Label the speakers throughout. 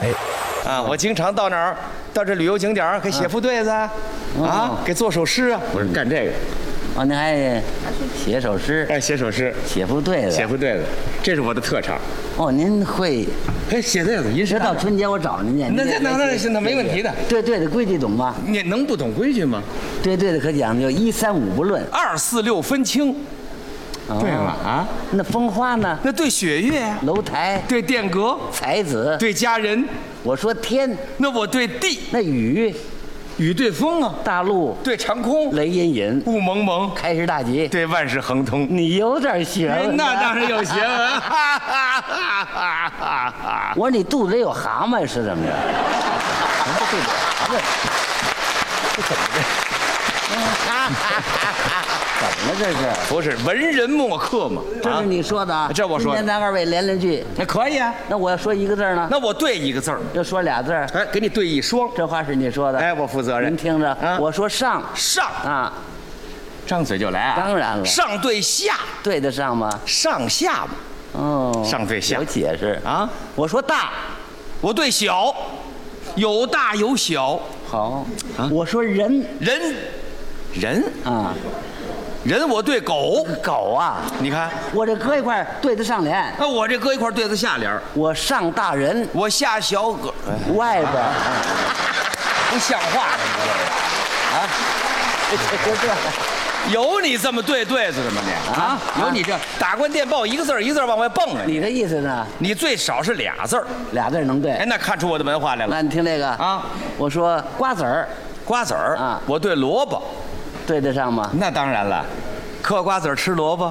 Speaker 1: 哎，
Speaker 2: 啊，我经常到哪儿，到这旅游景点儿给写副对子啊，啊，给做首诗啊，我是干这个，
Speaker 1: 哦，您还写首诗，
Speaker 2: 哎，写首诗，
Speaker 1: 写副对子。
Speaker 2: 写副对子，这是我的特长。
Speaker 1: 哦，您会，
Speaker 2: 哎，写对子，您
Speaker 1: 这
Speaker 2: 是
Speaker 1: 到春节我找您去。
Speaker 2: 那
Speaker 1: 您
Speaker 2: 那
Speaker 1: 这
Speaker 2: 那那
Speaker 1: 这
Speaker 2: 是那没问题的。
Speaker 1: 对对的规矩懂吗？
Speaker 2: 你能不懂规矩吗？
Speaker 1: 对对的可讲究，一三五不论。
Speaker 2: 二四六分清，
Speaker 1: 哦
Speaker 2: 对了啊，
Speaker 1: 那风花呢？
Speaker 2: 那对雪月呀，
Speaker 1: 楼台、
Speaker 2: 对殿阁，
Speaker 1: 才子，
Speaker 2: 对家人，
Speaker 1: 我说天，
Speaker 2: 那我对地，
Speaker 1: 那雨，
Speaker 2: 雨对风啊，
Speaker 1: 大陆，
Speaker 2: 对长空，
Speaker 1: 雷隐隐，
Speaker 2: 雾蒙蒙，
Speaker 1: 开市大吉。
Speaker 2: 对万事亨通。
Speaker 1: 你有点学
Speaker 2: 哎
Speaker 1: 问。
Speaker 2: 那当然有学 问。
Speaker 1: 我说你肚子里有蛤蟆是怎么着？怎么 会有蛤蟆？这怎么着？怎么了
Speaker 2: 不是文人墨客嘛？
Speaker 1: 这是？这
Speaker 2: 啊
Speaker 1: 是你说的啊？
Speaker 2: 这我说的
Speaker 1: 今天咱二位连连句，
Speaker 2: 那可以啊。
Speaker 1: 那我要说一个字儿呢，
Speaker 2: 那我对一个字儿，
Speaker 1: 要说俩字儿，
Speaker 2: 哎，给你对一双。
Speaker 1: 这话是你说的。
Speaker 2: 哎，我负责任。
Speaker 1: 您听着
Speaker 2: 啊，
Speaker 1: 我说上
Speaker 2: 上
Speaker 1: 啊，
Speaker 2: 张嘴就来啊。
Speaker 1: 当然了
Speaker 2: 上对下，
Speaker 1: 对得上吗？
Speaker 2: 上下嘛。
Speaker 1: 哦，
Speaker 2: 上对下
Speaker 1: 有解释
Speaker 2: 啊。
Speaker 1: 我说大，
Speaker 2: 我对小，有大有小。
Speaker 1: 好。
Speaker 2: 啊
Speaker 1: 我说人
Speaker 2: 人，人，
Speaker 1: 啊，
Speaker 2: 人，我对狗。
Speaker 1: 狗啊，
Speaker 2: 你看，
Speaker 1: 我这搁一块儿对得上联。
Speaker 2: 那我这搁一块儿对子下联儿，
Speaker 1: 我上大人
Speaker 2: 我下小狗，哎
Speaker 1: 外边儿，啊
Speaker 2: 不像话了你这个。有你这么对对子的吗你啊
Speaker 1: 啊？
Speaker 2: 有你这打官电报一个字儿一个字儿往外蹦啊！你
Speaker 1: 你这意思呢？
Speaker 2: 你最少是俩字儿，
Speaker 1: 俩字儿能
Speaker 2: 哎，
Speaker 1: 对。
Speaker 2: 那看出我的文化来了
Speaker 1: 那。你听这个
Speaker 2: 啊，
Speaker 1: 我说瓜子儿
Speaker 2: 瓜子儿
Speaker 1: 啊
Speaker 2: 我对萝卜，
Speaker 1: 对得上吗？
Speaker 2: 那当然了，嗑瓜子儿吃萝卜，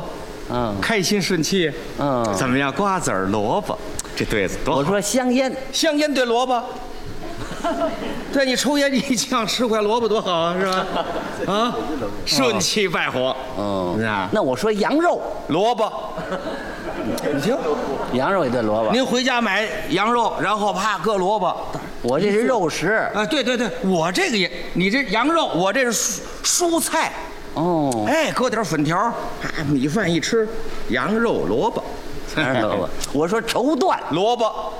Speaker 1: 嗯
Speaker 2: 开心顺气。
Speaker 1: 嗯。
Speaker 2: 怎么样？瓜子儿萝卜，这对子多
Speaker 1: 我
Speaker 2: 好。
Speaker 1: 说香烟，
Speaker 2: 香烟对萝 卜，对你抽烟你一呛吃块萝卜多好啊，是吧？啊，顺气败火。
Speaker 1: 嗯
Speaker 2: 是吧，
Speaker 1: 那我说羊肉，
Speaker 2: 萝卜， 你听，
Speaker 1: 羊肉也对萝卜，
Speaker 2: 您回家买羊肉，然后啪搁萝卜。
Speaker 1: 我这是肉食。
Speaker 2: 啊，对对对，我这个也，你这羊肉，我这是蔬蔬菜，
Speaker 1: 哦，
Speaker 2: 哎，搁点粉条，啊，米饭一吃，羊肉萝卜，
Speaker 1: 全是萝卜。 我说绸缎，
Speaker 2: 哎萝卜，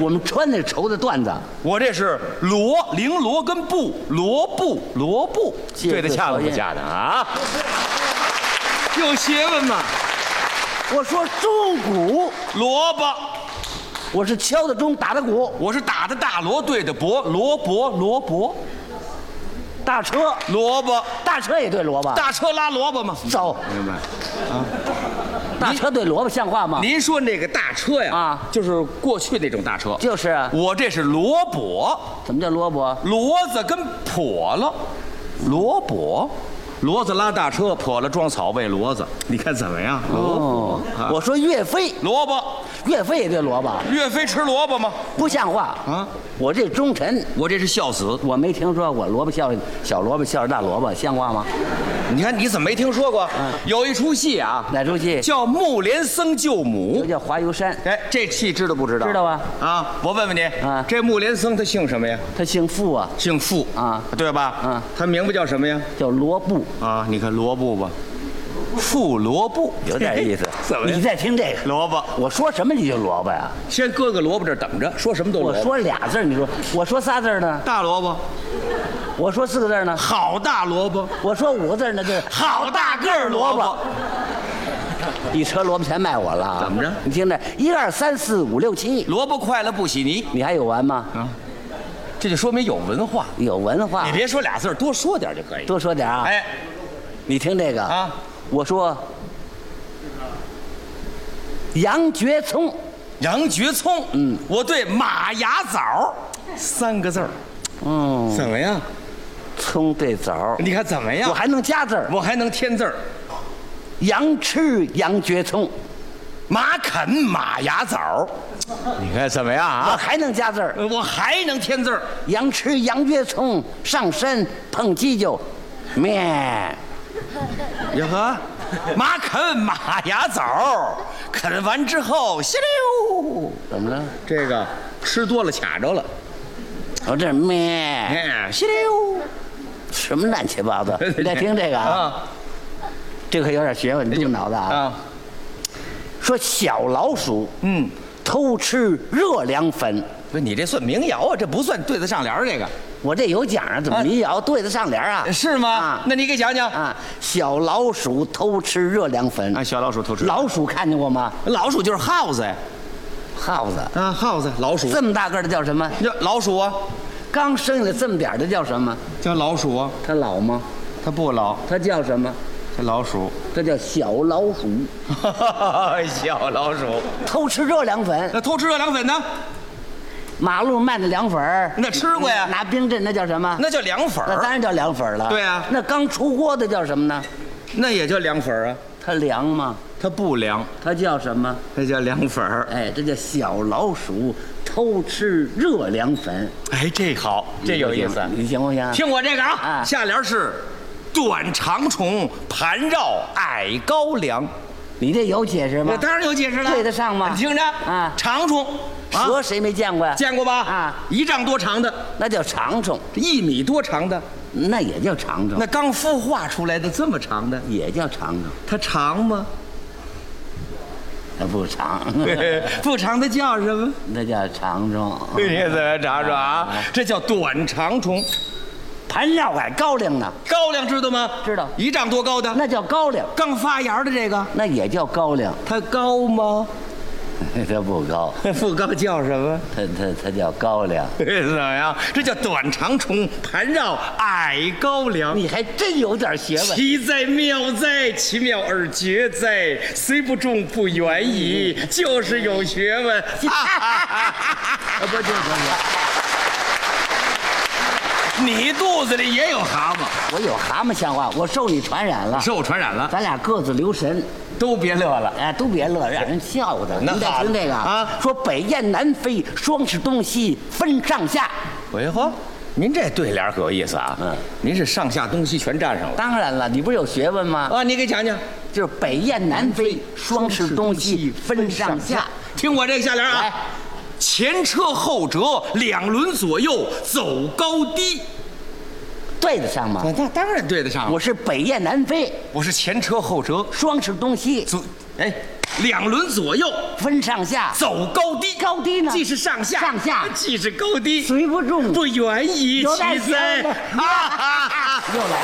Speaker 1: 我们穿的绸的缎子，
Speaker 2: 我这是萝绫罗跟布罗布罗布，
Speaker 1: 谢谢
Speaker 2: 对得
Speaker 1: 各位
Speaker 2: 恰了
Speaker 1: 讨
Speaker 2: 不
Speaker 1: 厌
Speaker 2: 恰当啊？有学问吗？
Speaker 1: 我说钟鼓，
Speaker 2: 萝卜，
Speaker 1: 我是敲的钟，打的鼓，
Speaker 2: 我是打的大锣，对的钹，罗卜罗卜，
Speaker 1: 大车，
Speaker 2: 萝卜，
Speaker 1: 大车也对萝卜。
Speaker 2: 大车拉萝卜嘛。
Speaker 1: 走，
Speaker 2: 明白。
Speaker 1: 大车对萝卜像话吗？
Speaker 2: 您说那个大车呀，
Speaker 1: 啊
Speaker 2: 就是过去那种大车，
Speaker 1: 就是啊，
Speaker 2: 我这是萝卜，
Speaker 1: 怎么叫萝卜？
Speaker 2: 骡子跟笸箩，萝卜，骡子拉大车，笸箩装草喂骡子，你看怎么样？啊
Speaker 1: 哦，我说岳飞，
Speaker 2: 萝卜，
Speaker 1: 岳飞也对萝卜，
Speaker 2: 岳飞吃萝卜吗？
Speaker 1: 不像话
Speaker 2: 啊！
Speaker 1: 我这忠臣，
Speaker 2: 我这是孝子，
Speaker 1: 我没听说过萝卜孝顺小萝卜孝顺大萝卜，像话吗？
Speaker 2: 你看你怎么没听说过？有一出戏啊，
Speaker 1: 哪出戏？
Speaker 2: 叫《木莲僧救
Speaker 1: 这
Speaker 2: 母》。
Speaker 1: 叫华游山，
Speaker 2: 哎，这戏知道不知道？
Speaker 1: 知道啊。
Speaker 2: 啊，我问问你，
Speaker 1: 啊
Speaker 2: 这木莲僧他姓什么呀？
Speaker 1: 他姓傅啊，
Speaker 2: 姓傅
Speaker 1: 啊
Speaker 2: 对吧？
Speaker 1: 嗯，
Speaker 2: 他名字叫什么呀？
Speaker 1: 叫罗布，
Speaker 2: 啊，你看罗布吧，傅罗布，。
Speaker 1: 有点意思
Speaker 2: 怎么样
Speaker 1: 你再听这个，
Speaker 2: 萝卜。
Speaker 1: 我说什么你就萝卜呀？
Speaker 2: 先搁个萝卜这儿等着，说什么都萝
Speaker 1: 我
Speaker 2: 卜。
Speaker 1: 说俩字儿你说，我说仨字儿呢，
Speaker 2: 大萝卜，
Speaker 1: 我说四个字儿呢，
Speaker 2: 好大萝卜，
Speaker 1: 我说五个字儿呢，就是
Speaker 2: 好大个儿萝卜。
Speaker 1: 一车萝卜钱卖我了啊。
Speaker 2: 怎么着
Speaker 1: 你听着，一二三四五六七，
Speaker 2: 萝卜快了不洗泥，
Speaker 1: 你还有完吗？
Speaker 2: 这就说明有文化。
Speaker 1: 有文化
Speaker 2: 你，别说俩字儿，多说点儿就可以。
Speaker 1: 多说点儿啊。
Speaker 2: 哎，
Speaker 1: 你听这个
Speaker 2: 啊，
Speaker 1: 我说杨觉聪，
Speaker 2: 杨觉聪，嗯，我对马牙枣儿三个字儿，
Speaker 1: 嗯，
Speaker 2: 怎么样？
Speaker 1: 葱对枣儿，
Speaker 2: 你看怎么样？
Speaker 1: 我还能加字儿，
Speaker 2: 我还能添字儿，
Speaker 1: 羊吃杨觉聪，
Speaker 2: 马啃马牙枣 儿，你看怎么样
Speaker 1: 我
Speaker 2: 啊？
Speaker 1: 还能加字儿，
Speaker 2: 我还能添字儿，
Speaker 1: 羊吃杨觉聪，上山碰鸡就面，
Speaker 2: 呀呵，马啃马牙枣儿，啃完之后，吸溜。
Speaker 1: 怎么了？
Speaker 2: 这个吃多了卡着了，
Speaker 1: 我这面
Speaker 2: 哎，吸溜。
Speaker 1: 什么乱七 八糟？你再听这个啊，
Speaker 2: 啊
Speaker 1: 这可有点学问，动脑子啊。
Speaker 2: 啊，
Speaker 1: 说小老鼠，
Speaker 2: 嗯，
Speaker 1: 偷吃热凉粉。
Speaker 2: 不是你这算民谣啊，这不算对得上联儿这个
Speaker 1: 我这有奖啊，怎么民谣对得上联啊？
Speaker 2: 是吗？
Speaker 1: 啊
Speaker 2: 那你给讲讲
Speaker 1: 啊，小老鼠偷吃热凉粉。
Speaker 2: 啊，小老鼠偷吃
Speaker 1: 老鼠看见过吗？
Speaker 2: 老鼠就是耗子呀，
Speaker 1: 耗子，
Speaker 2: 啊，耗子老鼠，
Speaker 1: 这么大个儿的叫什么？
Speaker 2: 叫老鼠啊，
Speaker 1: 刚生下来这么点儿的叫什么？
Speaker 2: 叫老鼠啊，
Speaker 1: 它老吗？
Speaker 2: 它不老，
Speaker 1: 它叫什么？
Speaker 2: 这老鼠，
Speaker 1: 这叫小老鼠，
Speaker 2: 小老鼠，
Speaker 1: 偷吃热凉粉，
Speaker 2: 那偷吃热凉粉呢？
Speaker 1: 马路卖的凉粉儿
Speaker 2: 那吃过呀
Speaker 1: 拿冰镇那叫什么？
Speaker 2: 那叫凉粉
Speaker 1: 那当
Speaker 2: 儿，
Speaker 1: 然叫凉粉儿了。
Speaker 2: 对啊
Speaker 1: 那刚出锅的叫什么呢？
Speaker 2: 那也叫凉粉儿啊，
Speaker 1: 它凉吗？
Speaker 2: 它不凉，
Speaker 1: 它叫什么？
Speaker 2: 那叫凉粉儿。
Speaker 1: 哎，这叫小老鼠偷吃热凉粉，
Speaker 2: 哎，这好，这有意思。啊
Speaker 1: 你行不行？
Speaker 2: 听我这个啊，
Speaker 1: 啊
Speaker 2: 下联是短长虫盘绕矮高梁，
Speaker 1: 你这有解释吗
Speaker 2: 那？当然有解释了，
Speaker 1: 对得上吗
Speaker 2: 你听着
Speaker 1: 啊
Speaker 2: 长虫，啊
Speaker 1: 蛇谁没见过呀？
Speaker 2: 见过吧？
Speaker 1: 啊，
Speaker 2: 一丈多长的，
Speaker 1: 那叫长虫，
Speaker 2: 一米多长的，
Speaker 1: 那也叫长虫
Speaker 2: 那，刚孵化出来的这么长的，
Speaker 1: 也叫长虫，
Speaker 2: 它长 吗？
Speaker 1: 那不长，
Speaker 2: 不长的叫什么？
Speaker 1: 那叫长虫。
Speaker 2: 你再查查啊，这叫短长虫。
Speaker 1: 盘绕矮高粱呢，
Speaker 2: 高粱知道吗？
Speaker 1: 知道
Speaker 2: 一丈多高的，
Speaker 1: 那叫高粱，
Speaker 2: 刚发芽的这个，
Speaker 1: 那也叫高粱，
Speaker 2: 它高吗？
Speaker 1: 它不高，
Speaker 2: 不高叫什么？
Speaker 1: 它它它叫高粱。
Speaker 2: 怎么样？这叫短长虫盘绕矮高粱。
Speaker 1: 你还真有点学问。
Speaker 2: 奇哉妙哉，奇妙而绝哉！虽不中，不远矣，就是有学 问。
Speaker 1: 不就不
Speaker 2: 你肚子里也有蛤蟆，
Speaker 1: 我有蛤蟆像话，我受你传染了。
Speaker 2: 受传染了，
Speaker 1: 咱俩各自留神，
Speaker 2: 都别乐了。
Speaker 1: 哎，都别乐，让人笑的。
Speaker 2: 那
Speaker 1: 你得
Speaker 2: 好
Speaker 1: 听这个
Speaker 2: 啊
Speaker 1: 说北雁南飞，双翅东西分上下。
Speaker 2: 喂嚯，您这对联可有意思啊！
Speaker 1: 嗯，
Speaker 2: 您是上下东西全占上了
Speaker 1: 当然了，你不是有学问吗？
Speaker 2: 啊！你给讲讲，
Speaker 1: 就是北雁南飞，双翅东西分上下。
Speaker 2: 听我这个下联
Speaker 1: 来
Speaker 2: 啊，前车后辙，两轮左右，走高低。
Speaker 1: 对得上吗？
Speaker 2: 那当然对得上
Speaker 1: 我
Speaker 2: 我
Speaker 1: 是北雁南飞，
Speaker 2: 我是前车后辙，
Speaker 1: 双翅东西
Speaker 2: 左哎，两轮左右，
Speaker 1: 分上下，
Speaker 2: 走高低，
Speaker 1: 高低呢
Speaker 2: 既是上下，
Speaker 1: 上下
Speaker 2: 既是高低，
Speaker 1: 随不中。
Speaker 2: 不远矣，
Speaker 1: 有点
Speaker 2: 其
Speaker 1: 学
Speaker 2: 哉！
Speaker 1: 问
Speaker 2: 啊哈哈哈！
Speaker 1: 又来。